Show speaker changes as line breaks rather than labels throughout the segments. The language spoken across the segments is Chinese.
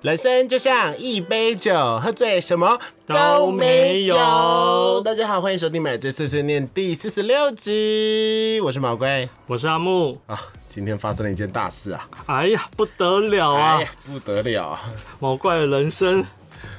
人生就像一杯酒，喝醉什么
都
都
没
没
有
有。大家好，欢迎收听《买醉碎碎念》第四十六集，我是毛龟
我是阿木。
啊。今天发生了一件大事啊！
哎呀，不得了啊
哎！呀，不得了啊！
毛怪的人生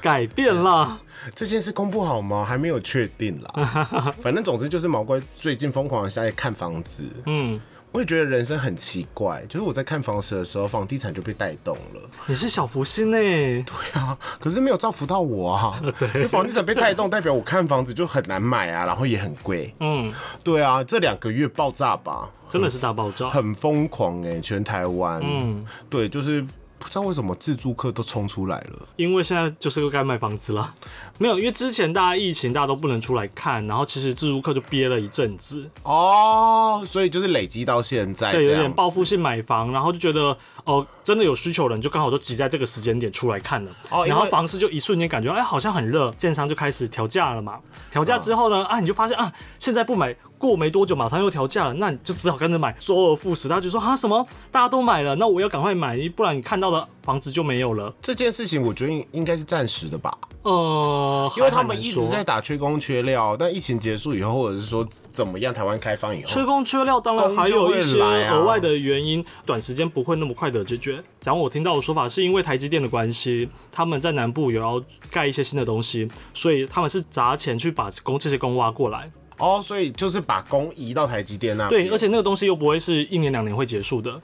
改变了。
这件事公布好吗？还没有确定 啦。反正总之就是毛怪最近疯狂的在看房子。
嗯，
我也觉得人生很奇怪，就是我在看房子的时候，房地产就被带动了。
你是小福星呢、
对啊， 可是没有造福到我啊。对，因为房地产被带动，代表我看房子就很难买啊，然后也很贵。
嗯，
对啊，这两个月爆炸吧，
真的是大爆炸。
很疯狂哎、全台湾。嗯，对，就是不知道为什么自住客都冲出来了。
因为现在就是该买房子了，没有，因为之前大家疫情，大家都不能出来看，然后其实自如客就憋了一阵子，
哦，所以就是累积到现在
对，
这
有点
样。
报复性买房，然后就觉得哦，真的有需求的人就刚好都挤在这个时间点出来看了，
哦因为
然后房市就一瞬间感觉哎好像很热，建商就开始调价了
哦
嘛，调价之后呢，啊你就发现啊现在不买，过没多久马上又调价了，那你就只好跟着买，周而复始，大家就说啊什么大家都买了，那我要赶快买，不然你看到的房子就没有了，
这件事情我觉得应应该是暂时的吧，
呃，
因为他
还很
们
难
一直
说
在打缺工缺料，但疫情结束以后，或者是说怎么样，台湾开放以后
缺，工缺料，当然还有一
哦工
些
就会来啊
额外的原因，短时间不会那么快的解决。讲我听到的说法，是因为台积电的关系，他们在南部有要盖一些新的东西，所以他们是砸钱去把工这些工挖过来。
哦，所以就是把工移到台积电那边。
对，而且那个东西又不会是一年两年会结束的。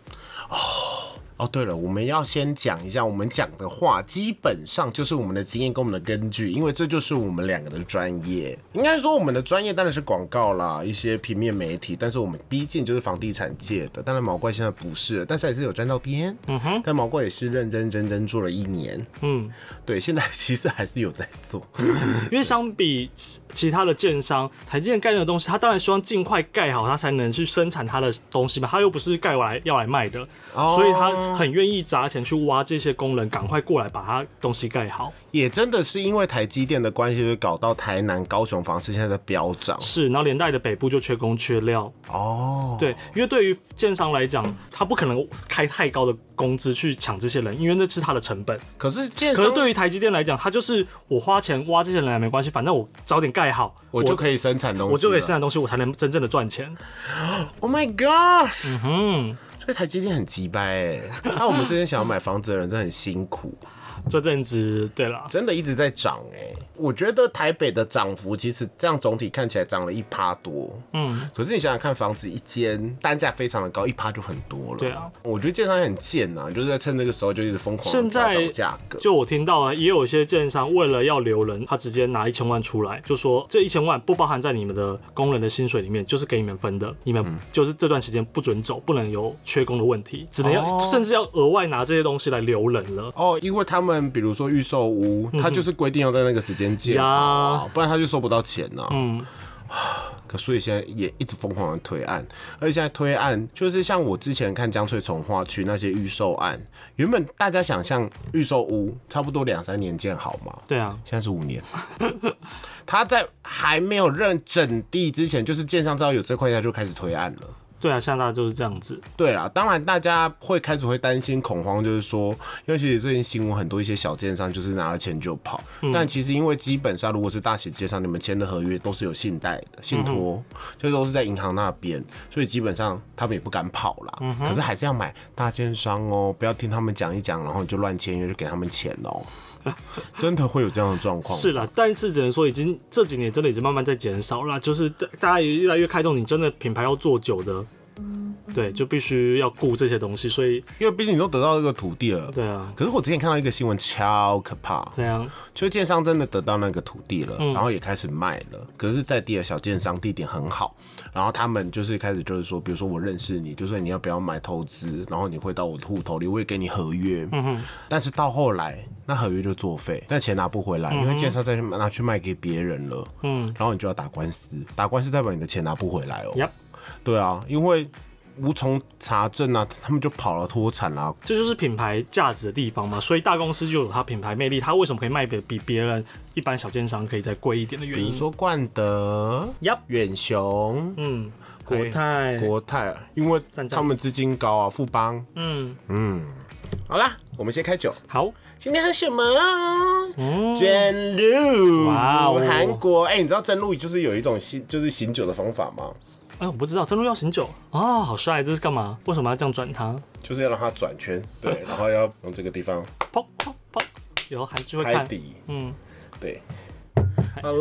哦，对了，我们要先讲一下，我们讲的话基本上就是我们的经验跟我们的根据，因为这就是我们两个的专业。应该说，我们的专业当然是广告啦，一些平面媒体，但是我们毕竟就是房地产界的。当然，毛怪现在不是了，但是还是有沾到边。嗯哼，但毛怪也是认认真真做了一年。
嗯，
对，现在其实还是有在做。
因为相比其其他的建商，台积电盖那个东西，他当然希望尽快盖好，他才能去生产他的东西嘛。他又不是盖完来要来卖的，
哦
所以他很愿意砸钱去挖这些工人，赶快过来把他东西盖好。
也真的是因为台积电的关系，就搞到台南、高雄房市现在在飙涨。
是，然后连带的北部就缺工缺料，
哦，
对，因为对于建商来讲，他不可能开太高的工资去抢这些人，因为那是他的成本。
可是建
可是
商
对于台积电来讲，他就是我花钱挖这些人来没关系，反正我早点盖好，
我就可以生产东西了，
我就可以生产东西，我才能真正的赚钱。
Oh my god！嗯哼，所以台积电很鸡掰哎。 那我们这些想要买房子的人真的很辛苦，
这阵子，对啦，
真的一直在涨哎、我觉得台北的涨幅其实这样总体看起来涨了一趴多，嗯，可是你想想看，房子一间单价非常的高，一趴就很多了。
对啊，
我觉得建商也很贱呐、就是在趁这个时候就一直疯狂
现
地调
在
涨价格。
就我听到啊，也有一些建商为了要留人，他直接拿一千万出来，就说这一千万不包含在你们的工人的薪水里面，就是给你们分的，你们就是这段时间不准走，不能有缺工的问题，只能要、
哦
甚至要额外拿这些东西来留人了。
哦，因为他们比如说预售屋，他就是规定要在那个时间建好啊，不然他就收不到钱呐、嗯。 可所以现在也一直疯狂的推案，而且现在推案就是像我之前看江翠从化区那些预售案，原本大家想象预售屋差不多两三年建好嘛，
对啊，
现在是五年。他在还没有认整地之前，就是建商知道有这块地他就开始推案了。
对啊，现在大家就是这样子。
对啦，当然大家会开始会担心恐慌，就是说，尤其是最近新闻很多一些小建商就是拿了钱就跑，
嗯
但其实因为基本上如果是大型建商，你们签的合约都是有信贷的、信
嗯
托，这、都是在银行那边，所以基本上他们也不敢跑啦。
嗯
可是还是要买大建商哦，不要听他们讲一讲，然后你就乱签约就给他们钱 哦，真的会有这样的状况。
是啦，但是只能说已经这几年真的已经慢慢在减少了，就是大大家也越来越开动，你真的品牌要做久的。对，就必须要顾这些东西，所以
因为毕竟你都得到这个土地了。
对啊，
可是我之前看到一个新闻，超可怕。
这样
就建商真的得到那个土地了，然后也开始卖了。可是，在地的小建商地点很好，然后他们就是开始就是说，比如说我认识你，就说你要不要买投资，然后你会到我的户头里，我也给你合约。但是到后来，那合约就作废，那钱拿不回来，因为建商再去拿去卖给别人了。嗯，然后你就要打官司，打官司代表你的钱拿不回来哦。
，Yep。
对啊，因为无从查证啊，他们就跑了啊脱产啦、
这就是品牌价值的地方嘛，所以大公司就有它品牌魅力，它为什么可以卖比比别人一般小奸商可以再贵一点的原
比如
因。
说冠德、
Yup
远雄，
嗯，国泰，
国泰，因为
赞赞
啊他们资金高啊，富邦，
嗯，
好啦，我们先开酒，
好，
今天喝什么啊？真露，
哇哦
韩国。哎、你知道真露就是有一种醒，就是醒酒的方法吗？
哎，我不知道真露要醒酒啊，好帅，这是干嘛？为什么要这样转他？
就是要让它转圈，对，然后要用这个地方
砰砰砰！有韩剧会
拍
看，
底，
嗯，
对。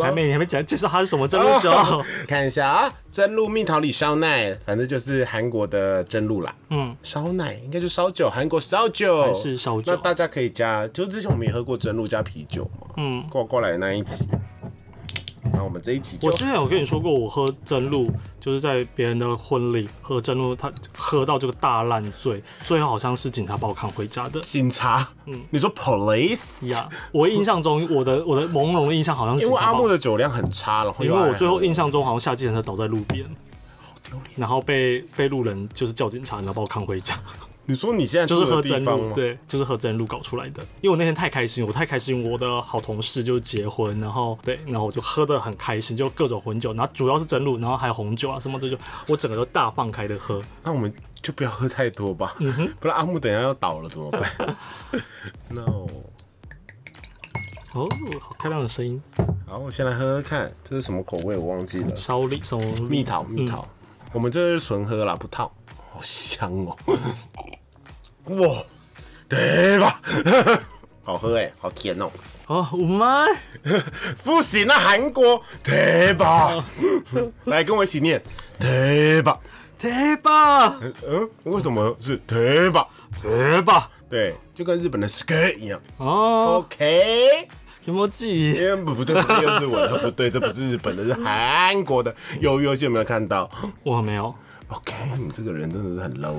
还没你还没讲介绍它是什么真露酒，
哦看一下啊，真露蜜桃李烧奶，反正就是韩国的真露啦。
嗯，
烧奶应该就烧酒，韩国烧酒，
韩式烧酒
那大家可以加，就之前我们也喝过真露加啤酒嘛。
嗯，
过过来那一集，那我们这一集就
我之嗯前有跟你说过，我喝真露就是在别人的婚礼喝真露，他喝到这个大烂醉，最后好像是警察把我扛回家的。
警察，你说 police，
呀、我印象中，我的我的朦胧的印象好像是
因
警
为
察
阿
把
木
我，
的酒量很差，然后
因
又
为我
爱
最后
喝
印象中好像下计程车倒在路边，
丢脸。
然后被被路人就是叫警察，然后把我扛回家。
你说你现在
就是
住
喝
的地
真
方
露，
吗？
对，就是喝真露搞出来的。因为我那天太开心，我太开心，我的好同事就结婚，然后对，然后我就喝得很开心，就各种混酒，然后主要是真露，然后还有红酒啊什么的，就我整个都大放开的喝。
那我们就不要喝太多吧，
嗯
不然阿木等一下要倒了怎么 办？No，
哦，好漂亮的声音，
好，我先来喝喝看，这是什么口味我忘记了，
烧栗什么
蜜桃蜜桃，我们这是纯喝啦，不烫，好香哦、哇，对吧？ 好喝哎、好甜哦、
哦，我妈，
不行，那韩国对吧？ 来跟我一起念对吧？
贴吧，
嗯，为什么是对吧？
贴吧，
对，就跟日本的 skirt 一样。
哦，
OK，
有没有记忆？
因为不不对，不对，日文的不对，这不是日本的，是韩国的。鱿鱼游戏有没有看到
我没有。
？OK，你 这个人真的是很 low。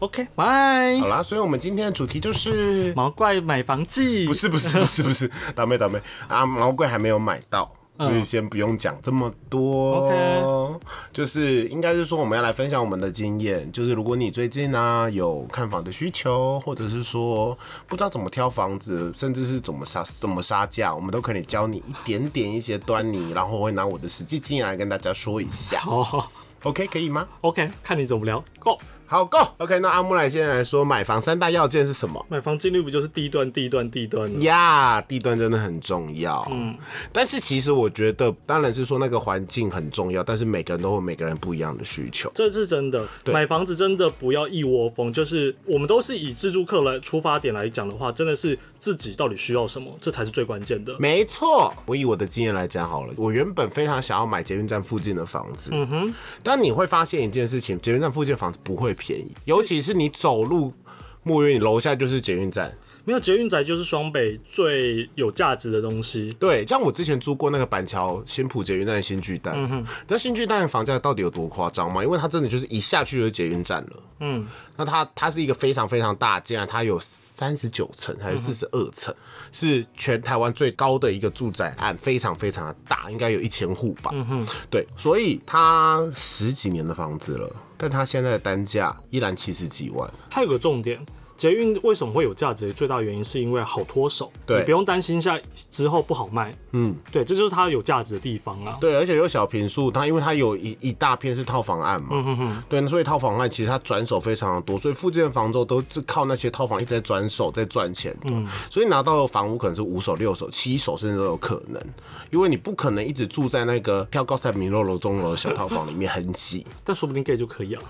OK，拜
好。啦，所以我们今天的主题就是，
毛怪买房记
不，是不是不是不是， 倒霉倒霉啊，毛贵还没有买到。所以先不用讲这么多
OK
就是应该是说我们要来分享我们的经验，就是如果你最近呢、啊有看房的需求，或者是说不知道怎么挑房子，甚至是怎么杀怎么杀价，我们都可以教你一点点一些端倪，然后我会拿我的实际经验来跟大家说一下
哦
，OK 可以吗？
，OK，看你怎么聊。Go，
好，Go OK，那阿木来现在来说买房三大要件是什么？
买房纪律不就是地段、地段、地段吗？
呀地段真的很重要。嗯，但是其实我觉得，当然是说那个环境很重要，但是每个人都会有每个人不一样的需求。
这是真的，买房子真的不要一窝蜂，就是我们都是以自住客来出发点来讲的话，真的是自己到底需要什么，这才是最关键的。
没错，我以我的经验来讲好了，我原本非常想要买捷运站附近的房子，嗯哼，但你会发现一件事情，捷运站附近的房子不会便宜，尤其是你走路，莫云，你楼下就是捷运站。
没有捷运宅就是双北最有价值的东西，
对，像我之前租过那个板桥新浦捷运站的新巨蛋，那、新巨蛋的房价到底有多夸张吗？因为它真的就是一下去就是捷运站了。嗯，那它它是一个非常非常大的建案，它有三十九层还是四十二层，是全台湾最高的一个住宅案，非常非常的大，应该有一千户吧。嗯哼，对，所以它十几年的房子了，但它现在的单价依然七十几万。
它有个重点。捷运为什么会有价值？最大原因是因为好脱手，
对
你不用担心一下之后不好卖。嗯，对，这就是它有价值的地方啊。
对，而且有小平数，它因为它有一一大片是套房案嘛，
嗯
对，所以套房案其实它转手非常的多，所以附近的房仲都是靠那些套房一直在转手在赚钱的，
嗯
所以拿到的房屋可能是五手、六手、七手，甚至都有可能，因为你不可能一直住在那个挑高三米六楼中楼的小套房里面很挤，
但说不定 gay 就可以啊。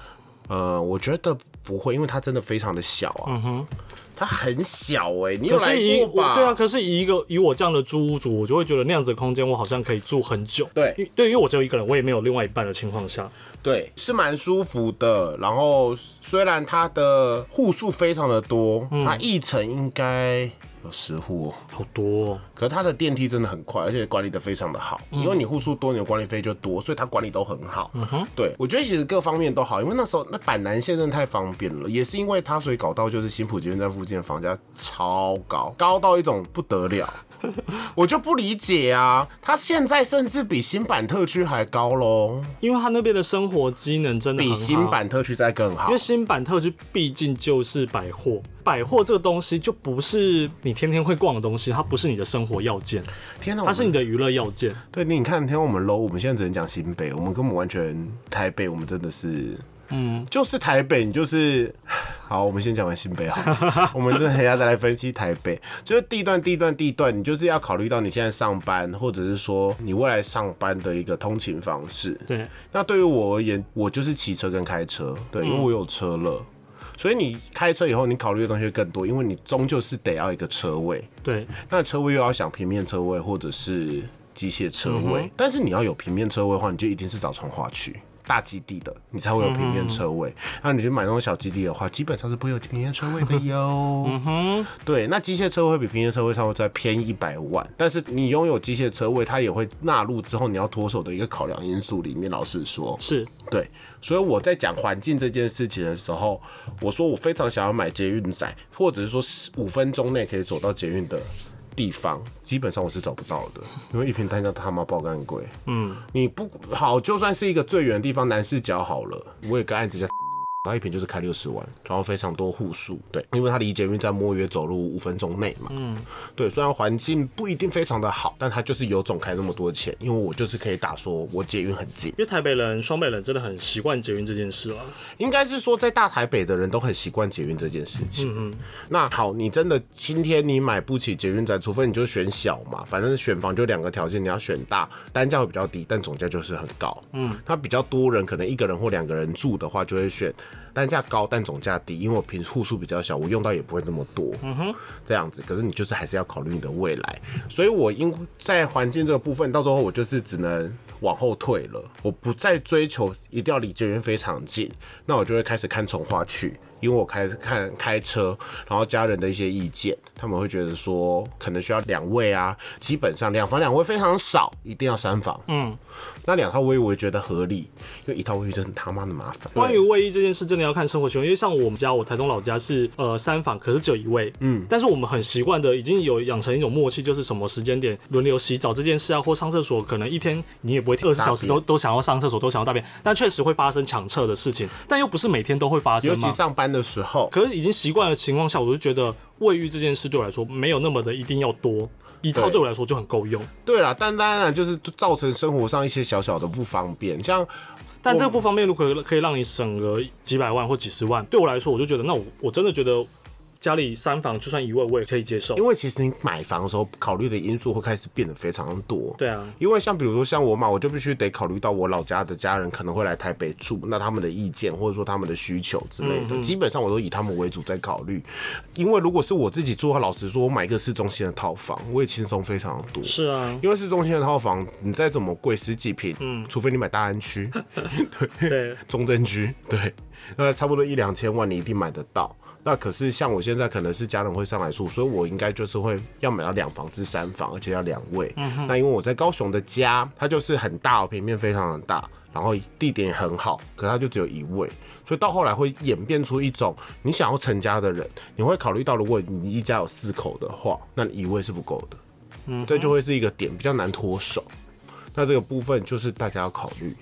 呃，我觉得不会，因为它真的非常的小啊，它很小哎、你有
嗯可
来
是以
过吧？
我对啊，可是以一个以我这样的租屋主，我就会觉得那样子的空间，我好像可以住很久。
对
因对，因为我只有一个人，我也没有另外一半的情况下，
对，是蛮舒服的。然后虽然它的户数非常的多，它一层应该有十户、哦，
好多、哦。
可是它的电梯真的很快，而且管理的非常的好。因为你户数多，你的管理费就多，所以它管理都很好。对，我觉得其实各方面都好，因为那时候那板南线真的太方便了，也是因为它，所以搞到就是新浦捷运站附近的房价超高，高到一种不得了。我就不理解啊，它现在甚至比新版特区还高喽，
因为他那边的生活机能真的很
比
好
新，版特区再更好
因为。新版特区毕竟就是百货，百货这个东西就不是你天天会逛的东西，它不是你的生活要件，
天哪，我
它
们
是你的娱乐要件。
对，你看，天，我们 low，我们现在只能讲新北，我们根本完全台北，我们真的是，嗯，就是台北，你就是，好，我们先讲完新北好，我们等一下再来分析台北。就是地段、地段、地段，你就是要考虑到你现在上班，或者是说你未来上班的一个通勤方式。
对，
那对于我而言，我就是骑车跟开车，对，因为我有车了。所以你开车以后，你考虑的东西会更多，因为你终究是得要一个车位。
对，
那车位又要想平面车位或者是机械车位，但是你要有平面车位的话，你就一定是找从化区大基地的，你才会有平面车位。那你去买那种小基地的话，基本上是不会有平面车位的哟。 嗯哼，对，那机械车位会比平面车位稍微再偏一百万，但是你拥有机械车位，它也会纳入之后你要脱手的一个考量因素里面。老实说，
是，
对，所以我在讲环境这件事情的时候，我说我非常想要买捷运仔，或者是说十五分钟内可以走到捷运的地方，基本上我是找不到的，因为一瓶单价他妈爆干贵。嗯，你不好，就算是一个最远的地方南市角好了，我有个案子叫。然后一瓶就是开六十万，然后非常多户数，对，因为它离捷运站摸约走路五分钟内嘛，嗯，对，虽然环境不一定非常的好，但它就是有种开那么多钱，因为我就是可以打说我捷运很近，
因为台北人、双北人真的很习惯捷运这件事了。
应该是说，在大台北的人都很习惯捷运这件事情。嗯嗯。那好，你真的今天你买不起捷运站，除非你就选小嘛，反正选房就两个条件，你要选大，单价会比较低，但总价就是很高。嗯。它比较多人，可能一个人或两个人住的话，就会选单价高但总价低，因为我平户数比较小，我用到也不会这么多。嗯哼。这样子，可是你就是还是要考虑你的未来，所以我因为在环境这个部分，到最后我就是只能。往后退了，我不再追求一定要离捷运非常近，那我就会开始看从化区，因为我开看开车，然后家人的一些意见，他们会觉得说可能需要两位啊，基本上两房两卫非常少，一定要三房，嗯，那两套卫浴我也觉得合理，因为一套卫浴真的他妈的麻烦。
关于卫衣这件事，真的要看生活习惯，因为像我们家，我台中老家是呃三房，可是只有一位，嗯，但是我们很习惯的，已经有养成一种默契，就是什么时间点轮流洗澡这件事啊，或上厕所，可能一天你也不会二十小时都都想要上厕所，都想要大便，但确实会发生抢厕的事情，但又不是每天都会发
尤
生
其
嘛。
上班的时候，
可是已经习惯的情况下，我就觉得卫浴这件事对我来说没有那么的一定要多，一套
对
对我来说就很够用。
对啦，但当然就是造成生活上一些小小的不方便，像
但这个不方便，如果可以让你省个几百万或几十万，对我来说，我就觉得那我我真的觉得家里三房就算一位，我也可以接受。
因为其实你买房的时候考虑的因素会开始变得非常多。
对啊
因为像比如说像我买，我就必须得考虑到我老家的家人可能会来台北住，那他们的意见或者说他们的需求之类的，基本上我都以他们为主在考虑。因为如果是我自己住的话，老实说，我买一个市中心的套房，我也轻松非常多。
是 啊，
因为市中心的套房，你再怎么贵十几平，嗯，除非你买大安区，
对，
中正区， 对，那差不多一两千万你一定买得到。那可是像我现在可能是家人会上来住，所以我应该就是会要买到两房至三房，而且要两卫。那因为我在高雄的家，它就是很大、哦，平面非常的大，然后地点也很好，可它就只有一卫，所以到后来会演变出一种你想要成家的人，你会考虑到如果你一家有四口的话，那你一卫是不够的，嗯，这就会是一个点比较难脱手。那这个部分就是大家要考虑。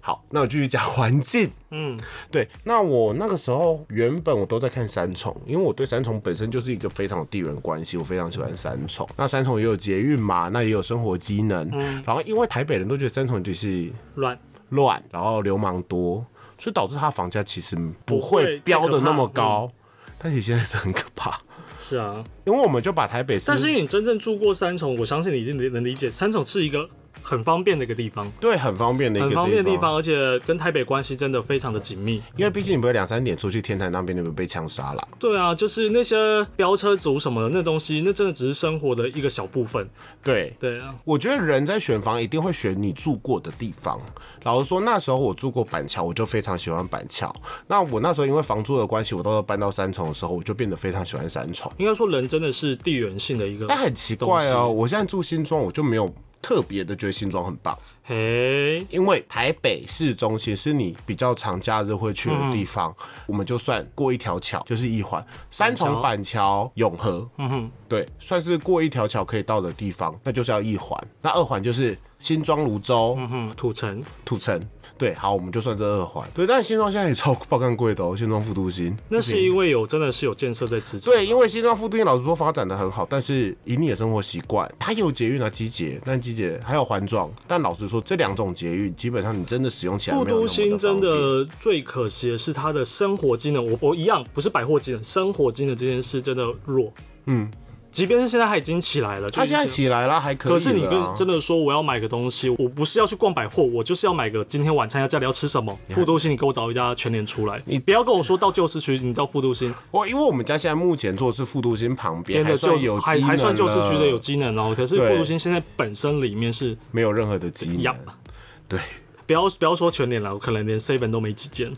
好，那我继续讲 环境。嗯，对。那我那个时候原本我都在看三重，因为我对三重本身就是一个非常有地缘关系，我非常喜欢三重。那三重也有捷运嘛，那也有生活机能。
嗯
然后因为台北人都觉得三重就是
乱
乱，然后流氓多，所以导致它房价其实不会
会
飙的那么
太可怕嗯
高。 但其实现在是很可怕，
是啊。
因为我们就把台北市
但是因为你真正住过三重，我相信你一定能能理解，三重是一个很方便的一个地方，
对很方便的一个
很方便的地方，而且跟台北关系真的非常的紧密。
因为毕竟你不会两三点出去天台那边，你们被枪杀了。
对啊，就是那些飙车族什么的那东西，那真的只是生活的一个小部分。
对，
对啊，
我觉得人在选房一定会选你住过的地方。老实说，那时候我住过板桥，我就非常喜欢板桥。那我那时候因为房租的关系，我到时候搬到三重的时候，我就变得非常喜欢三重。
应该说人真的是地缘性的一个
但很奇怪哦，我现在住新庄，我就没有特别的觉得新庄很棒，
嘿，
因为台北市中心是你比较常假日会去的地方。我们就算过一条桥，就是一环，三重、板桥、永和，嗯哼，对，算是过一条桥可以到的地方，那就是要一环。那二环就是新庄、泸州，
嗯，土城
土城，对，好，我们就算这二环，对，但新庄现在也超爆干贵的哦，新庄复都新，
那是因为有真的是有建设在支持。
对，因为新庄复都新老实说发展的很好，但是以你的生活习惯，它有捷运啊、机捷，但机捷还有环状，但老实说说，这两种捷运基本上你真的使用起来
复
没有那么
都新真
方便
的最可惜的是它的生活机能，我我一样不是百货机能，生活机能这件事真的弱。嗯，即便是现在它已经起来了，就
它
是
现在起来了，还可以了
可
啊。
是你跟真的说我要买个东西，我不是要去逛百货，我就是要买个今天晚餐要家里要吃什么。复都新，你给我找一家全联出来，你不要跟我说到旧市区，你到复都新
我因为我们家现在目前做的是复都新旁边，
边
还
的旧
算有
还
机
还
能
算旧市区的有
了
机能哦。可是
对
复都新现在本身里面是
没有任何的机
呀
能？，对，
不要不要说全联了，我可能连 seven 都没几间。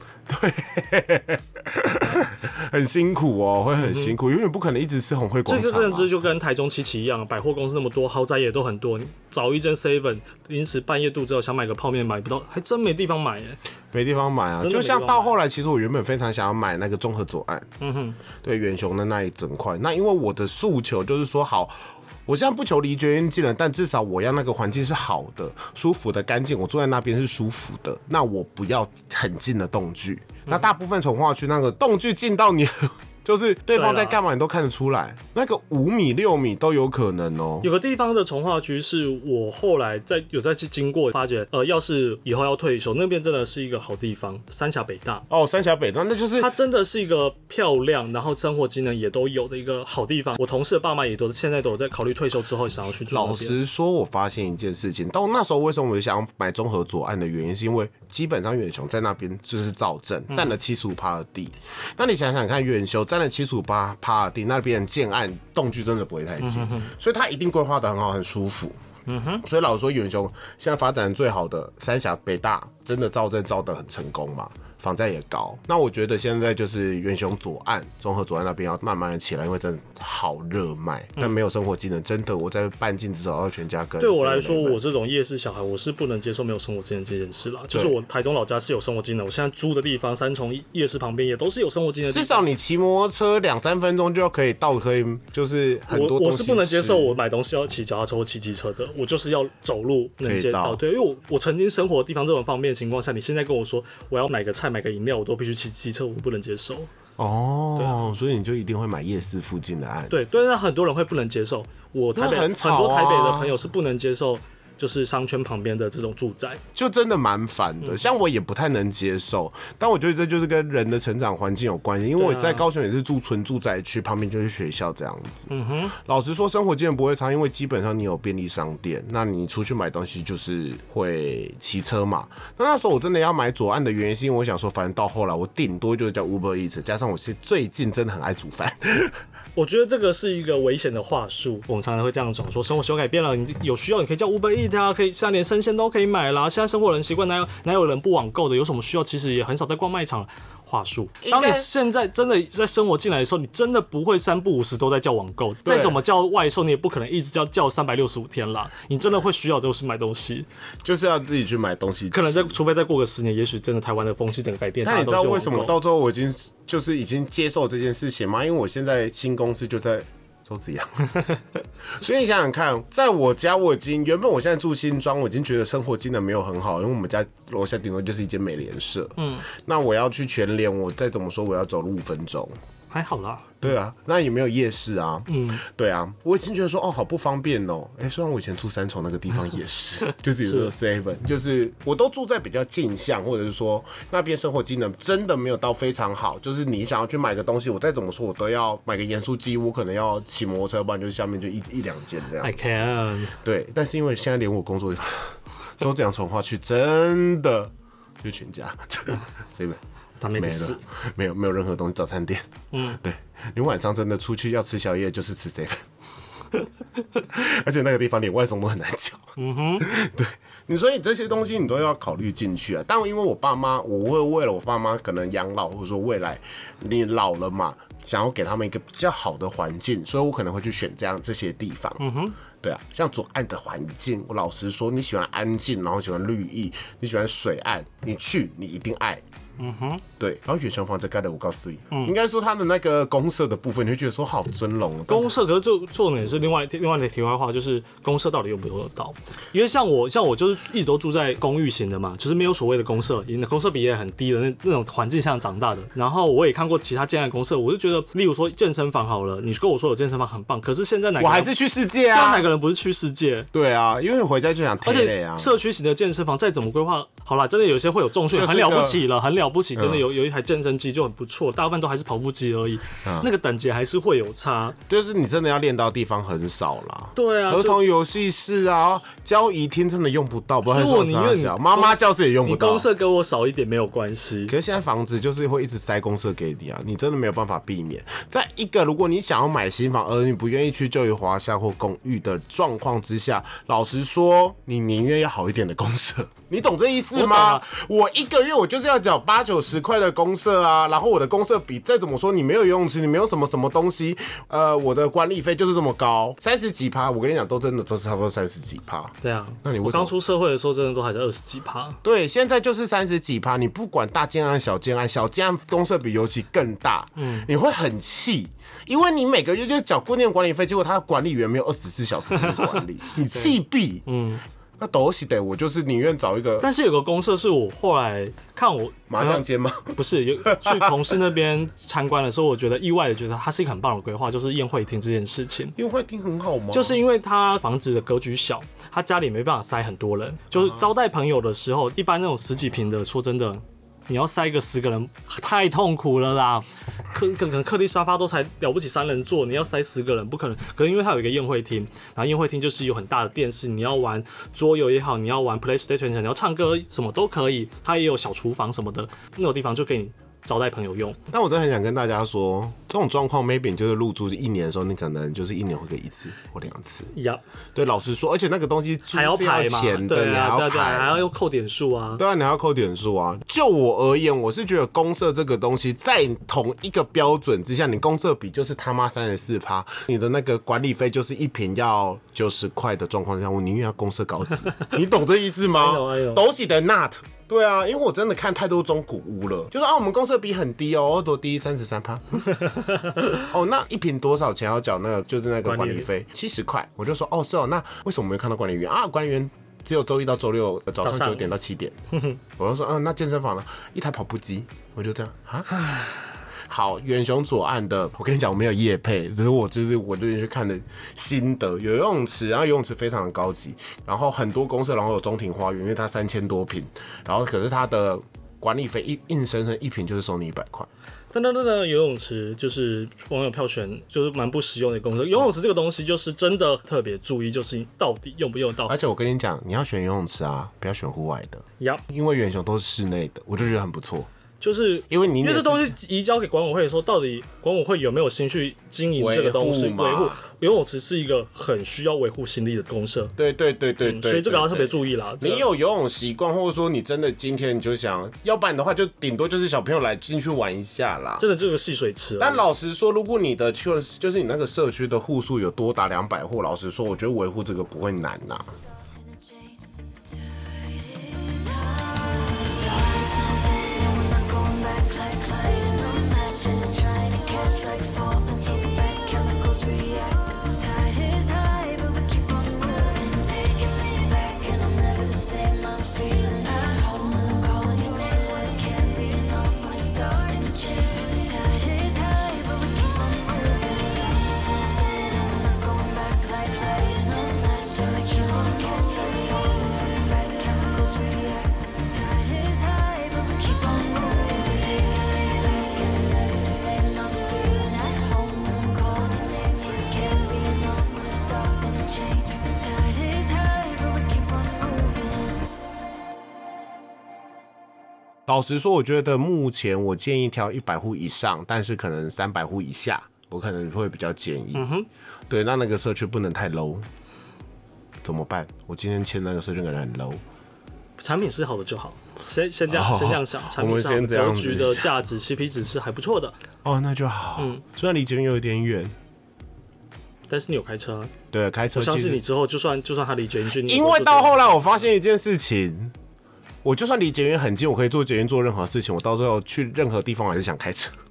很辛苦哦，会很辛苦，因为你不可能一直吃红会
嗯这
广场
就
啊
真的
嘛
这。就跟台中七期一样，百货公司那么多，豪宅也都很多。你找一间 seven，临时半夜肚子饿想买个泡面买不到，还真没地方买耶。
没地方买啊，
真的
就
没
像
地方
到
买
后来，其实我原本非常想要买那个综合左岸，嗯哼，对远雄的那一整块。那因为我的诉求就是说，好，我现在不求离绝烟技能，但至少我要那个环境是好的、舒服的、干净，我坐在那边是舒服的。那我不要很近的动距。
嗯
那大部分从化区那个动距近到你， 就是对方在
对啦
干嘛你都看得出来，那个五米六米都有可能哦、
有个地方的从化区是我后来在有再去经过，发觉呃，要是以后要退休，那边真的是一个好地方。三峡北大，
哦，三峡北段那就是
它真的是一个漂亮，然后生活机能也都有的一个好地方。我同事的爸妈也都现在都有在考虑退休之后想要去住那
老
边。
实说，我发现一件事情，到那时候为什么我想买综合左岸的原因，是因为基本上远雄在那边就是造镇，占了七十五趴的地。那你想想看，远雄占了七十五趴趴的地，那边建案动距真的不会太近，所以它一定规划的很好，很舒服。所以老实说，远雄现在发展最好的三峡北大，真的造镇造得很成功嘛，房价也高。那我觉得现在就是远雄左岸、综合左岸那边要慢慢的起来，因为真的好热卖，但没有生活技能，真的我在半径至少要全家跟。
嗯对我来说，我这种夜市小孩，我是不能接受没有生活技能这件事啦。就是我台中老家是有生活技能，我现在租的地方三重夜市旁边也都是有生活技能的地
至
方。
少你骑摩托车两三分钟就可以到，可以就是很多
我
东
我
西
是不能接受
吃
我买东西要骑脚踏车或骑机车的，我就是要走路能
可以
接
到
到。对，因为我我曾经生活的地方这种方便的情况下，你现在跟我说我要买个菜买个饮料，我都必须骑机车，我不能接受。啊
哦，所以你就一定会买夜市附近的案。
对，对，那很多人会不能接受。我台北、
那很吵啊
多台北的朋友是不能接受，就是商圈旁边的这种住宅。
就真的蛮烦的，像我也不太能接受，但我觉得这就是跟人的成长环境有关系，因为我在高雄也是住纯住宅区，旁边就是学校这样子。嗯哼，老实说，生活经验不会差，因为基本上你有便利商店，那你出去买东西就是会骑车嘛。那那时候我真的要买左岸的原因，是因为我想说，反正到后来我顶多就是叫 Uber Eats，加上我是最近真的很爱煮饭，
我觉得这个是一个危险的话术。我们常常会这样讲说，生活习惯改变了，你有需要你可以叫 Uber Eat 啊，可以现在连生鲜都可以买啦。现在生活人习惯哪有哪有人不网购的？有什么需要，其实也很少在逛卖场了。话术，当你
应该
现在真的在生活进来的时候，你真的不会三不五时都在叫网购，再怎么叫外售，你也不可能一直叫叫三百六十五天啦。你真的会需要就是买东西，
就是要自己去买东西吃。
可能再除非再过个十年，也许真的台湾的风气整个改变。
那你知
大家
道
都是
为什么
网购
到最后我已经就是已经接受这件事情吗？因为我现在新公司就在周子阳， 所以你想想看，在我家我已经原本我现在住新庄，我已经觉得生活机能没有很好，因为我们家楼下顶多就是一间美联社。嗯，那我要去全联，我再怎么说我要走路五分钟。
还好啦？
对啊，那也没有夜市啊。嗯，对啊，我已经觉得说哦，好不方便哦。哎、虽然我以前住三重那个地方也 是，就是有 seven，就是我都住在比较近巷，或者是说那边生活机能真的没有到非常好。就是你想要去买个东西，我再怎么说我都要买个盐酥鸡，我可能要骑摩托车，不然就是下面就一一两间这样。
I can。
对，但是因为现在连我工作周 这样从化区真的就全家 seven。
他没
没
得死
了，没有没有任何东西，早餐店。嗯， 对你晚上真的出去要吃宵夜，就是吃 seven，而且那个地方连外送都很难叫。嗯哼，对。你所以这些东西你都要考虑进去啊。但因为我爸妈，我会为了我爸妈可能养老，或者说未来你老了嘛，想要给他们一个比较好的环境，所以我可能会去选这样这些地方。嗯哼。对啊，像左岸的环境，我老实说，你喜欢安静，然后喜欢绿意，你喜欢水岸，你去你一定爱。嗯哼，对。然后远雄房在盖的我告诉你，
嗯
应该说它的那个公社的部分，你会觉得说好尊龙哦，
公社可是做做的也是另外另外的题外话，就是公社到底有没有到？因为像我像我就是一直都住在公寓型的嘛，就是没有所谓的公社，你的公社比也很低的那那种环境下长大的。然后我也看过其他建案的公社，我就觉得，例如说健身房好了，你跟我说有健身房很棒，可是现在哪个
我
人
还是去世界
现在
啊
哪。个人不是去世界？
对啊，因为你回家就想
而
太累
且
啊。
社区型的健身房再怎么规划，好啦，真的有些会有重训，
就是
很
一
了
个嗯
不起了，很了不起，真的有有一台健身机就很不错，大部分都还是跑步机而已，
嗯
那个等级还是会有差。
就是你真的要练到的地方很少啦。
对啊
儿童游戏室啊，交谊厅真的用不到，不
所
然
以我宁愿你
小妈妈教室也用
你
不到
公。社给我少一点没有关系
可，是现在房子就是会一直塞公社给你啊，你真的没有办法避免。在一个如果你想要买新房，而你不愿意去就于华夏或公寓的状况之下，老实说，你宁愿要好一点的公社，你懂这意思吗？我一个月我就是要缴八九十块的公社啊，然后我的公社比再怎么说你没有游泳池，你没有什么什么东西，呃，我的管理费就是这么高，三十几趴，我跟你讲，都真的都是差不多三十几趴。
对啊。
那你为
我
什么
刚出社会的时候，真的都还在二十几趴。
对，现在就是三十几趴，你不管大建案、小建案，小建案公社比尤其更大，嗯，你会很气，因为你每个月就缴固定管理费，结果他的管理员没有二十四小时的管理， 你气毙，嗯，那都是得，我就是宁愿找一个
但是嗯有个公社是我后来看我
麻将间吗？
不是有去同事那边参观的时候，我觉得意外的觉得它是一个很棒的规划，就是宴会厅这件事情。
因为会听很好吗？
就是因为他房子的格局小，他家里没办法塞很多人，就是招待朋友的时候，一般那种十几平的，说真的，你要塞个十个人太痛苦了啦。客可能客厅沙发都才了不起三人座，你要塞十个人不可能。可是因为它有一个宴会厅，然后宴会厅就是有很大的电视，你要玩桌游也好，你要玩 PlayStation，你要唱歌什么都可以。它也有小厨房什么的，那种地方就给你招待朋友用。
但我真的很想跟大家说，这种状况 maybe 你就是入住一年的时候，你可能就是一年会给一次或两次。
呀，
对，老实说，而且那个东西租
还要
是
排嘛？
钱的，
对
你
啊，
还
对
要
啊，对
排
啊，还要用扣点数啊。
对啊，你还要扣点数啊。就我而言，我是觉得公社这个东西，在同一个标准之下，你公社比就是他妈三十四趴，你的那个管理费就是一瓶要九十块的状况下，我宁愿要公社 高级，你懂这意思吗
哎呦哎呦？
斗起的 not。对啊，因为我真的看太多中古屋了，就是啊，我们公社比很低哦，多低三十三 趴。哦，那一瓶多少钱要缴那个就是那个
管
管
理
理费七十块，我就说哦是哦，那为什么没有看到管理员啊？管理员只有周一到周六呃早
早
上
上
九点到七点，我就说嗯，那健身房呢？一台跑步机，我就这样啊。好，远雄左岸的，我跟你讲，我没有夜配，只是我就是我最近去看的心得，有游泳池，然后游泳池非常的高级，然后很多公社，然后有中庭花园，因为它三千多平，然后可是它的管理费一硬生生一平就是收你一百块，
噔噔噔噔，游泳池就是网友票选，就是蛮不实用的功能。游泳池这个东西就是真的特别注意，就是你到底用不用得到
而。且我跟你讲，你要选游泳池啊，不要选户外的，
呀、
因为远雄都是室内的，我就觉得很不错。
就是
因为你
因
也
为这
是
东西移交给管委会的时候，到底管委会有没有心去经营这个东西？
维护嘛
维护游泳池是一个很需要维护心力的公社，
对对对对对
嗯所以这个要特别
注意。
注意啦。这个
你有游泳习惯，或者说你真的今天你就想，要不然的话就顶多就是小朋友来进去玩一下啦。
真的这个戏水池啊，
但老实说，如果你的就是就是你那个社区的户数有多达两百户，老实说，我觉得维护这个不会难呐、
penetrate. The tide is high. Started something and we're not going back like light. No match and it's trying to catch like falling so fast. Chemicals react. The tide is high, but we keep on moving. Taking me back and I'm never the same. I'm feeling at home. I'm calling your name when it can't be enough. When it's starting to change. The tide is high, but we keep on moving. Something and we're not going back like light. No match and it's trying to catch like falling so fast. Chemicals react. The tide is high, but we keep on moving. Taking me back and I'm never the same. I'm feeling at home. I'm calling your name when it can't be enough. When it's starting to change. The tide is high, but we keep on moving.
老实说，我觉得目前我建议挑一百户以上，但是可能三百户以下，我可能会比较建议。嗯哼，对，那那个社区不能太 low，怎么办？我今天签那个社区可能很 low。
产品是好的就好。先先这样，
哦
先这样想，产
我
品
们
上
先这样
格
子
局的价值 CP 值是还不错的，
哦，那就好。
嗯
虽然离捷运有点远，
但是你有开车啊，
对，开车
我相
其实
信你之后就算就算他离捷运距离，
因为到后来我发现一件事情，我就算离捷运很近，我可以坐捷运做任何事情，我到最后去任何地方我还是想开车。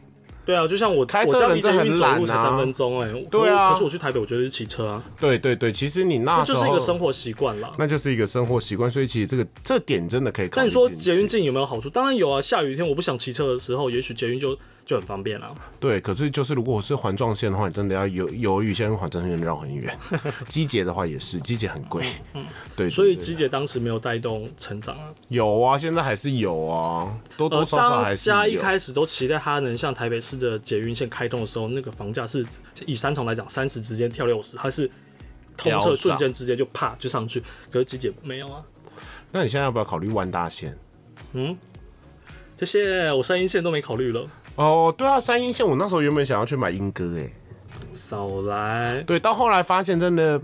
对啊，就像我
开车
我家离
人真
捷
的
运
很
走路
懒
才
啊
三分钟哎、可
对啊
可是我去台北，我觉得是骑车啊，
对对对，其实你那时
就
候
是一个生活习惯啦。
那就是一个生活习惯，所以其实这个这点真的可以考
那
虑
你
进去。
说捷运近有没有好处？当然有啊，下雨天我不想骑车的时候，也许捷运就就很方便啦、
对，可是就是如果我是环状线的话，你真的要有有预先环状线绕很 远。机捷的话也是，机捷很贵。嗯，对对
所以
对
吉姐当时没有带动成长啊。
有啊，现在还是有啊，多多
呃，
少少
大
还是
家一
有。
开始都期待它能像台北市的捷运线开通的时候，那个房价是以三重来讲，三十直接跳六十，它是通
飙
车
涨
瞬间直接就啪就上去。可是吉姐没有啊。
那你现在要不要考虑万大线？
谢谢，我三阴线都没考虑了，
哦，对啊，三阴线，我那时候原本想要去买莺歌，哎，
少来。
对，到后来发现真的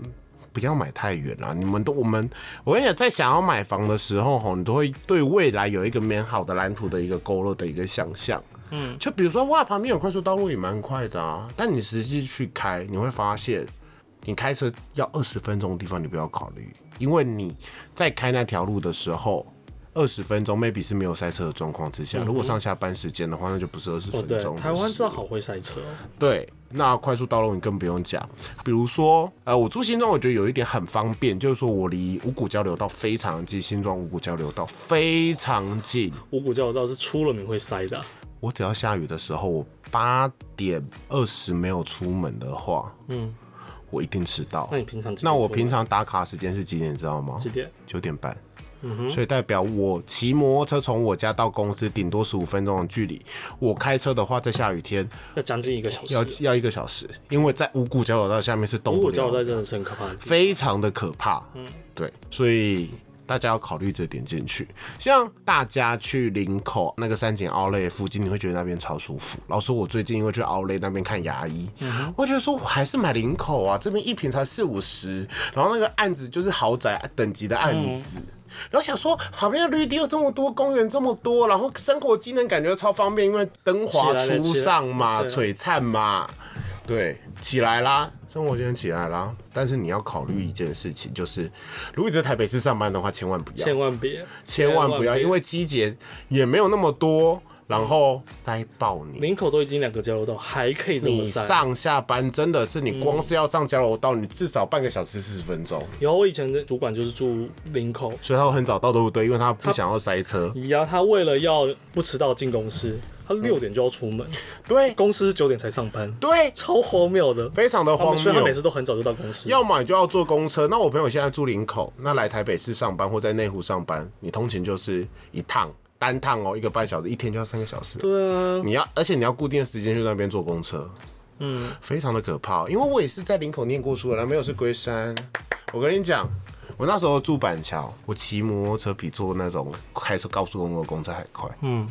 不要买太远了。你们都我们，我跟你讲，在想要买房的时候，吼，你都会对未来有一个美好的蓝图的一个勾勒的一个想象。嗯，就比如说哇，旁边有快速道路也蛮快的啊，但你实际去开，你会发现，你开车要二十分钟的地方，你不要考虑，因为你在开那条路的时候。二十分钟，maybe 是没有塞车的状况之下，如果上下班时间的话，那就不是二十
嗯哦，
分
对
钟的事、，
台湾真的好会塞车、哦。
对，那快速道路你更不用讲。比如说，呃，我住新庄，我觉得有一点很方便，就是说我离五股交流道非常近，新庄五股交流道非常近。
五股交流道是出了名会塞的啊、
我只要下雨的时候，我八点二十没有出门的话，嗯，我一定迟到
那。你平常几
哦
点
那我
出
平
门
常打卡时间是几点，你知道吗？
几点？嗯
九点半。所以代表我骑摩托车从我家到公司顶多十五分钟的距离，我开车的话，在下雨天
要将近一个小时。
要要一个小时，因为在五股交流道下面是动
五
不
股
了的。
交流道真的是很可怕的地方。
非常的可怕。嗯，对，所以大家要考虑这点进去。像大家去林口那个三井奥莱附近，你会觉得那边超舒服。老实说，我最近因为去奥莱那边看牙医，
嗯
我觉得说我还是买林口啊，这边一瓶才四五十，然后那个案子就是豪宅等级的案子。
嗯
然后想说，旁边的绿地又这么多，公园这么多，然后生活机能感觉超方便，因为灯华
起来了
初
起来
上嘛，
对
璀璨嘛，对，起来啦，生活圈起来啦。但是你要考虑一件事情，就是如果你在台北市上班的话，千万不要，
千万别，
千万不要，因为机节也没有那么多，然后塞爆你。
林口都已经两个交流道，还可以这么
你
塞。嗯
上下班真的是，你光是要上交流道，你至少半个小时四十分钟，
然后我以前的主管就是住林口，
所以他会很早到，对不对？因为他不想要塞车。
然后他为了要不迟到进公司，他六点就要出门，
对
公司九点才上班，
嗯对，
超荒谬的，
非常的
他
荒
们所以他
谬
每。次都很早就到公司。
要么你就要坐公车。那我朋友现在住林口，那来台北市上班或在内湖上班，你通勤就是一趟单趟哦，一个半小时，一天就要三个小时。
对啊，
你要，而且你要固定的时间去那边坐公车，嗯，非常的可怕。因为我也是在林口念过书的，然后没有是龟山。我跟你讲，我那时候住板桥，我骑摩托车比坐那种开车高速公路的公车还快，嗯，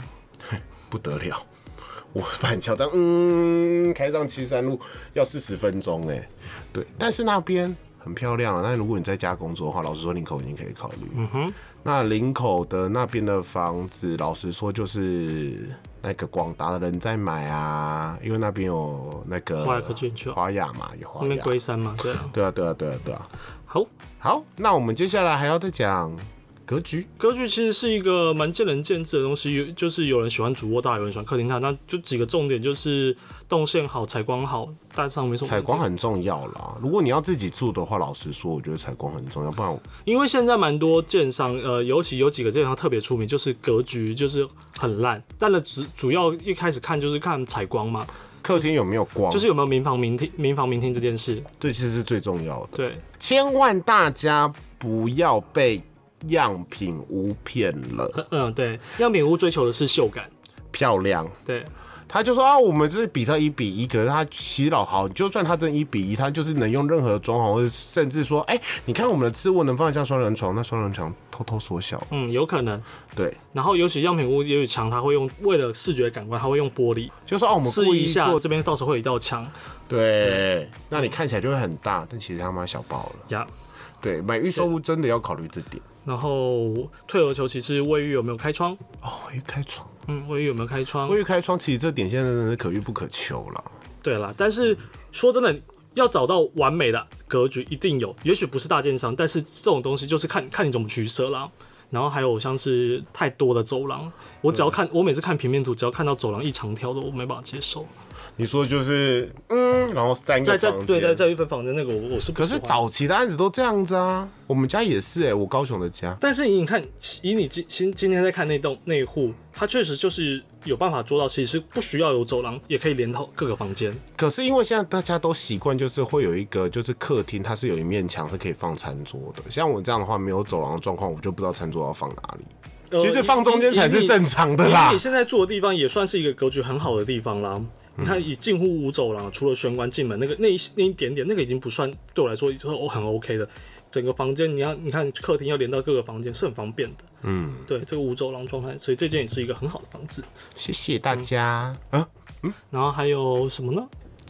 不得了。 我板桥但嗯，开上七三路要四十分钟哎、对，但是那边很漂亮啊。那如果你在家工作的话，老实说，林口已经可以考虑。嗯哼，那林口的那边的房子，老实说就是那个广达的人在买啊，因为那边有那个
华雅科技园区哦
华雅嘛，有华
那边
雅。
龟山嘛，对啊。
对啊，对啊，对啊，对啊。
好，
好，那我们接下来还要再讲格局。
歌剧其实是一个蛮见仁见智的东西，有就是有人喜欢主卧大，有人喜欢客厅大，那就几个重点就是动线好、采光好，大致上没什么问题。
采光很重要啦，如果你要自己住的话，老实说，我觉得采光很重要，不然我
因为现在蛮多建商，呃，尤其有几个建商特别出名，就是格局就是很烂，但呢主主要一开始看就是看采光嘛，
客厅有没有光，
就是有没有民房明厅、民房明厅这件事。
这其实是最重要的。
对，
千万大家不要被样品屋骗了，
嗯，对，样品屋追求的是秀感，
漂亮。
对，
他就说啊，我们这是比到一比一，可是他其实老好，就算他真一比一，他就是能用任何装潢，或者甚至说，哎、你看我们的次卧能放得下双人床，那双人床偷偷缩小，
嗯，有可能。
对，
然后尤其样品屋也有墙，它会用为了视觉感官，它会用玻璃
就说哦、我们
试
故
一
意
下，
做，
这边到时候会有一道墙
对，那你看起来就会很大，但其实他妈小爆了。
呀。
对，买预售屋真的要考虑这点
然后退而求其次，卫浴有没有开窗？
哦。卫浴开窗，
嗯，卫浴有没有开窗？
卫浴开窗，其实这点现在真的是可遇不可求了。
对啦，但是说真的，要找到完美的格局一定有，也许不是大建商，但是这种东西就是看看你怎么取舍啦。然后还有像是太多的走廊，我
嗯
只要看我每次看平面图，只要看到走廊一长条的，我没办法接受。
你说就是嗯，然后三
在
个
在
房间，
对在在一份房间那个我我是不
可是
喜欢
早期的案子都这样子啊，我们家也是哎、我高雄的家，
但是你看，以你今今今天在看那栋那一户，它确实就是有办法做到，其实不需要有走廊，也可以连到各个房间。
可是因为现在大家都习惯，就是会有一个就是客厅，它是有一面墙是可以放餐桌的。像我这样的话，没有走廊的状况，我就不知道餐桌要放哪里。
呃
其实放中间才是正常的
因
啦
为你。现在住的地方也算是一个格局很好的地方啦。你
嗯
看，以近乎无走廊，除了玄关进门那个那一那一点点，那个已经不算对我来说是很 OK 的。整个房间，你要你看客厅要连到各个房间是很方便的。嗯，对，这个无走廊状态，所以这间也是一个很好的房子。
谢谢大家。
嗯
啊，
然后还有什么呢？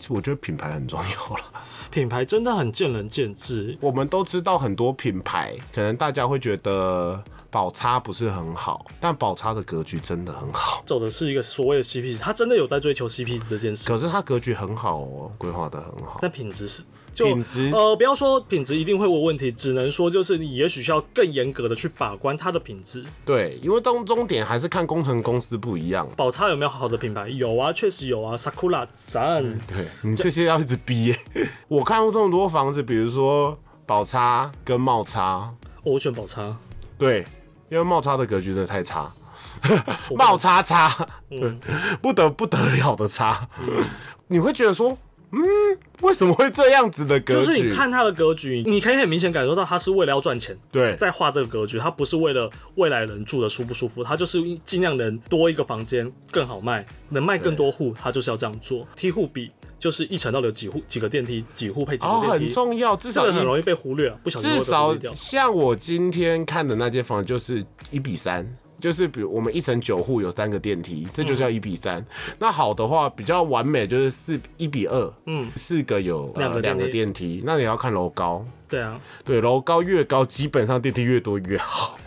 我觉得品牌很重要了。
品牌真的很见仁见智，
我们都知道很多品牌，可能大家会觉得宝叉不是很好，但宝叉的格局真的很好。
走的是一个所谓的 CP 值，他真的有在追求 CP 值这件事，
可是它格局很好哦，规划的很好。
但品质是就
品质
呃，不要说品质一定会有问题，只能说就是你也许需要更严格的去把关它的品质。
对，因为当终点还是看工程公司不一样。
宝叉有没有好的品牌？有啊，确实有啊，Sakura 赞。
对你这些要一直逼 耶、我看过这么多房子，比如说宝叉跟茂叉，
我选宝叉，
对，因为茂叉的格局真的太 差，茂叉叉，
嗯
不得不得了的差，你会觉得说，嗯，为什么会这样子的格
就
局？
是你看它的格局，你可以很明显感受到它是为了要赚钱。
对
在画这个格局，它不是为了未来人住的舒不舒服，它就是尽量能多一个房间更好卖，能卖更多户，它就是要这样做。梯户比就是一层到底有几户、几个电梯、几户配几
哦，
个电
很
梯，
重要，至
这
少
个很
一
容易被忽略啊，不小心
至
会
少
被忽略掉。
像我今天看的那间房就是一比三，就是比如我们一层九户有三个电梯，这就叫一比三、那好的话比较完美就是四一比二，嗯，四个有呃
两
两个
个电梯
电梯，那你要看楼高，
对啊，
对，楼高越高，基本上电梯越多越好，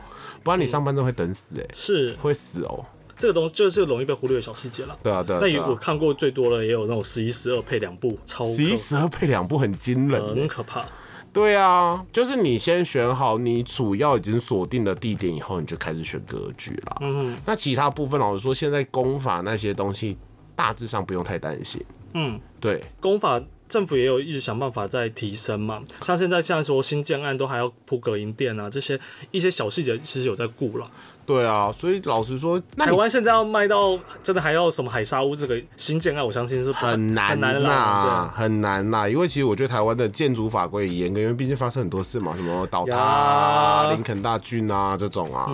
不然你上班都会等死哎、
是
会死哦。
这个东西就是容易被忽略的小细节了。
对啊对啊
那
对
有
啊
我看过最多的也有那种十一、十二配两部，超可呃
十一十二配两部很惊人、
很可怕。
对啊，就是你先选好你主要已经锁定的地点以后，你就开始选格局啦。嗯，那其他部分老实说，现在功法那些东西大致上不用太担心。
嗯，
对，
工法政府也有一直想办法在提升嘛，像现在像说新建案都还要铺隔音垫啊，这些一些小细节其实有在顾了。
对啊，所以老实说，那你
台湾现在要卖到真的还要什么海沙屋这个新建案，我相信是不
很难
很难
呐、
啦。
很难呐、因为其实我觉得台湾的建筑法规也严格，因为毕竟发生很多事嘛，什么倒塌啊、
呀嗯
林肯大军啊这种啊，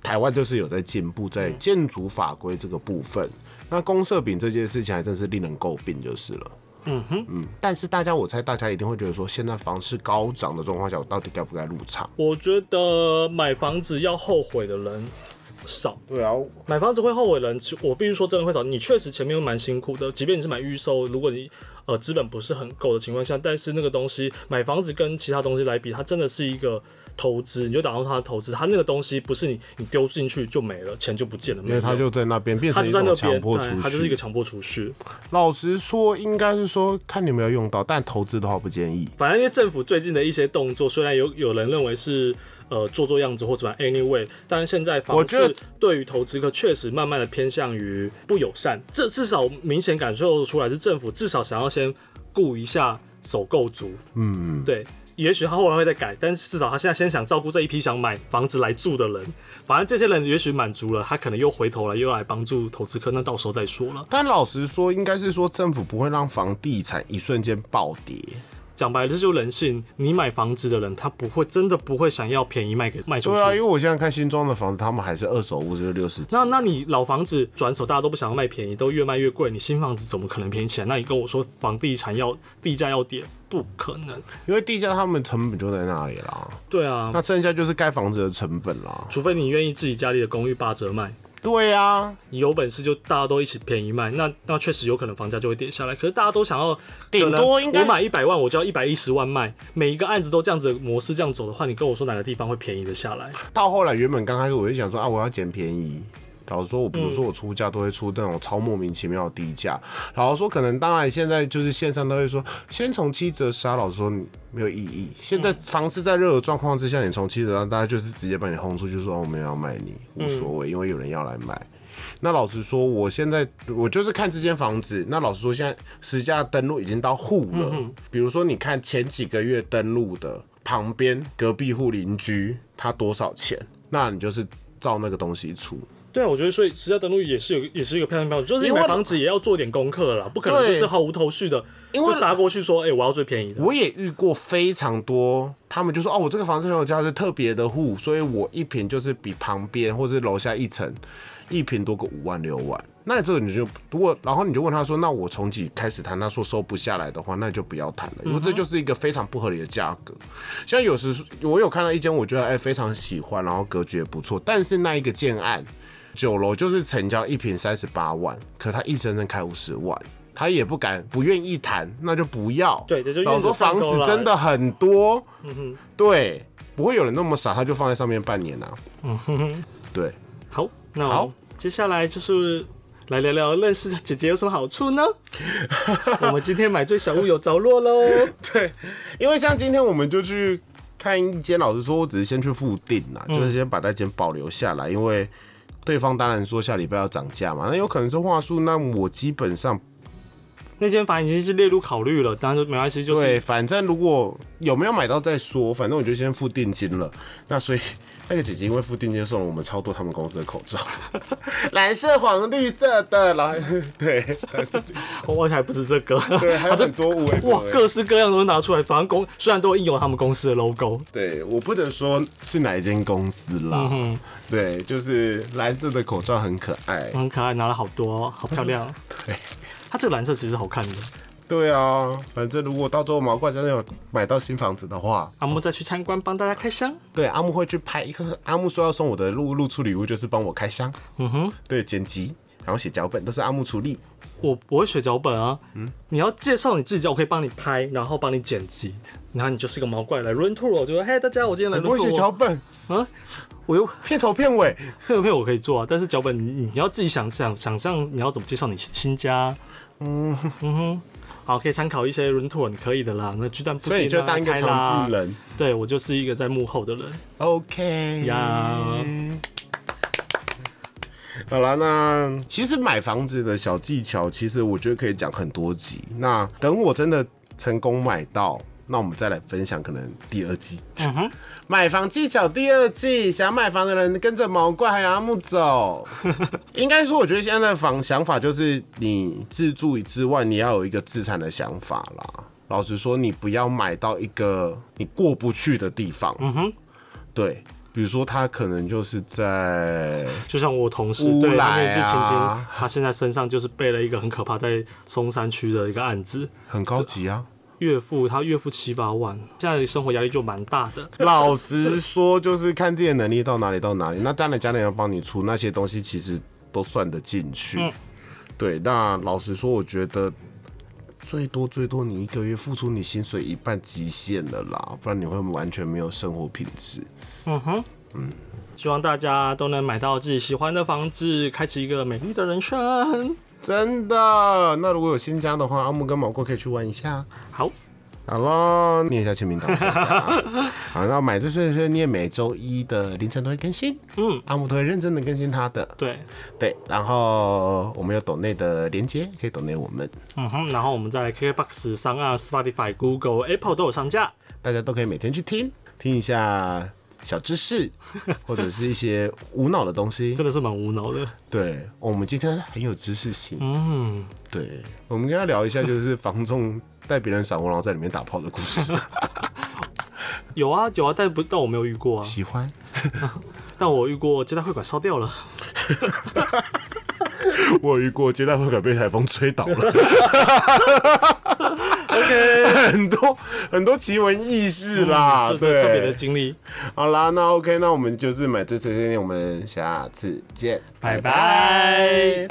台湾就是有在进步在建筑法规这个部分。那公社饼这件事情还真是令人诟病，就是了。嗯哼，嗯，但是大家，我猜大家一定会觉得说，现在房市高涨的状况下，我到底该不该入场？
对，我觉得买房子要后悔的人少，
对啊，
买房子会后悔的人，其我必须说真的会少。你确实前面会蛮辛苦的，即便你是买预售，如果你呃资本不是很够的情况下，但是那个东西买房子跟其他东西来比，它真的是一个投资，你就打算它的投资，它那个东西不是你你丢进去就没了，钱就不见了，没
因为
有
他就在那边变
它
成
就
一
在那
种
边，
强迫
对
储
它就是
蓄
一个。强迫储蓄。
老实说，应该是说看你有没有用到，但投资的话不建议。
反正因为政府最近的一些动作，虽然有有人认为是呃做做样子或怎么样，anyway，但是现在
我
房
觉得
市对于投资客确实慢慢的偏向于不友善，这至少明显感受出来是政府至少想要先顾一下首购族，嗯，对。也许他后来会再改，但是至少他现在先想照顾这一批想买房子来住的人。反正这些人也许满足了，他可能又回头来又来帮助投资客，那到时候再说了。
但老实说，应该是说政府不会让房地产一瞬间暴跌。
讲白了，这就是人性。你买房子的人，他不会真的不会想要便宜卖给卖出
对
去。
啊，因为我现在看新庄的房子，他们还是二手屋，就是六十几
那。那你老房子转手，大家都不想要卖便宜，都越卖越贵，你新房子怎么可能便宜起来？那你跟我说房地产要地价要跌，不可能。
因为地价他们成本就在那里啦，
对啊，
那剩下就是盖房子的成本啦。
除非你愿意自己家里的公寓八折卖，
对啊，
你有本事就大家都一起便宜卖，那那确实有可能房价就会跌下来。可是大家都想要，
顶多
可能
应该
我买一百万，我就要一百一十万卖，每一个案子都这样子的模式这样走的话，你跟我说哪个地方会便宜的下来？
到后来原本刚开始我就想说啊，我要捡便宜，老实说，我比如说我出价都会出那种超莫名其妙的低价。老实说，可能当然现在就是线上都会说先从七折杀，老实说你没有意义。现在房市在热的状况之下，你从七折杀，大家就是直接把你轰出去，说哦我们要卖你，无所谓，因为有人要来买。那老实说，我现在我就是看这间房子。那老实说，现在实价登录已经到户了。比如说，你看前几个月登录的旁边隔壁户邻居，他多少钱？那你就是照那个东西出。
对啊，我觉得所以实价登录也是有也是一个漂亮标准，就是你
因为
买房子也要做点功课啦，不可能
对
就是毫无头绪的
因为
就杀过去说，哎、我要最便宜的。
我也遇过非常多，他们就说哦，我这个房子很有价值，特别的户，所以我一平就是比旁边或是楼下一层一平多个五万六万。那这个你就如果，然后你就问他说，那我从几开始谈？他说收不下来的话，那就不要谈了，因为这就是一个非常不合理的价格。像有时我有看到一间，我觉得哎、非常喜欢，然后格局也不错，但是那一个建案九楼就是成交一平三十八万，可他硬生生开五十万。他也不敢，不愿意谈，那就不要。
对对就愿
老
者
实说
上
房
钩
子
啦
真的很多，
嗯
对，不会有人那么傻，他就放在上面半年啊，
嗯
对，
好，那
好
我们接下来就是来聊聊认识姐姐有什么好 处呢？我们今天买醉小屋有着落喽。
因为像今天我们就去看一间，老实说，我只是先去复定啦，
嗯
就是先把那间保留下来，因为对方当然说下礼拜要涨价嘛，那有可能是话术，那我基本上
那间房已经是列入考虑了，当然就没关系，就是
对，反正如果有没有买到再说，反正我就先付定金了。那所以那个姐姐因为付定金送了我们超多他们公司的口 罩，蓝色、黄、绿色的，然后对
我哦而且还不止这个，
对，还有很多五
哇，各式各样的都拿出来，反正公虽然都印有他们公司的 logo，
对我不能说是哪一间公司
嗯
啦，对，就是蓝色的口罩很可爱，
很可爱，拿了好多，好漂亮。
对。
它这个蓝色其实好看的，
对啊，反正如果到最后毛怪真的有买到新房子的话，
阿木再去参观帮大家开箱。
对阿木会去拍一个。阿木说要送我的露露出礼物就是帮我开箱，嗯哼，对剪辑，然后写脚本都是阿木出力。
我我会写脚本啊，
嗯
你要介绍你自己，我可以帮你拍，然后帮你剪辑，然后你就是个毛怪来 run tour，我就说哦嘿大家，我今天来
你
run
不会写
tour，
脚本，
我啊，我又
片头片尾。
配不配我可以做啊，但是脚本你你要自己想想想象你要怎么介绍你亲家，嗯嗯哼，好，可以参考一些 run tour，你可以的啦，那鸡蛋布丁
所
啊
以你就当一个
开啦
常进人。
对我就是一个在幕后的人，
OK
呀
嗯好啦，那其实买房子的小技巧，其实我觉得可以讲很多集。那等我真的成功买到，那我们再来分享可能第二季。买房技巧第二季，想买房的人跟着毛怪还有阿木走。应该说，我觉得现在的房想法就是，你自住之外，你要有一个自产的想法啦。老实说，你不要买到一个你过不去的地方。嗯哼，对，比如说他可能就是在
就像我同事
乌
对
来
他
啊
年纪轻轻，他现在身上就是背了一个很可怕，在松山区的一个案子，
很高级啊。
岳父他岳父七八万，现在生活压力就蛮大的。
老实说，就是看自己的能力到哪里到哪里。那当然，家人要帮你出那些东西，其实都算得进去。对，那老实说，我觉得最多最多你一个月付出你薪水一半极限了啦，不然你会完全没有生活品质。
希望大家都能买到自己喜欢的房子，开启一个美丽的人生。
真的，那如果有新家的话，阿木跟毛哥可以去玩一下。
好，
好喽，念一下签名档。啊好，那买醉碎碎念每周一的凌晨都会更新，嗯，阿木都会认真的更新他的。
对，
对，然后我们有抖内的连接，可以抖内我们，
嗯哼，然后我们在 KKBOX 上啊、Spotify、Google、Apple 都有上架。
大家都可以每天去听听一下小知 识，或者是一些无脑的东西
真。的是蛮无脑的，
对，我们今天很有知识性。
嗯，
对，我们跟他聊一下就是防重带别人闪光，然后在里面打炮的故 事。
有啊有啊，但不但我没有遇过啊，
喜欢？
但我遇过接待会馆烧掉了，
我有遇过接待会馆被台风吹倒了。OK，很多很多奇闻异事啦，
嗯 就是
对，
特别的经历。
好啦，那 OK，那我们就是买这次这些，我们下次见，
拜拜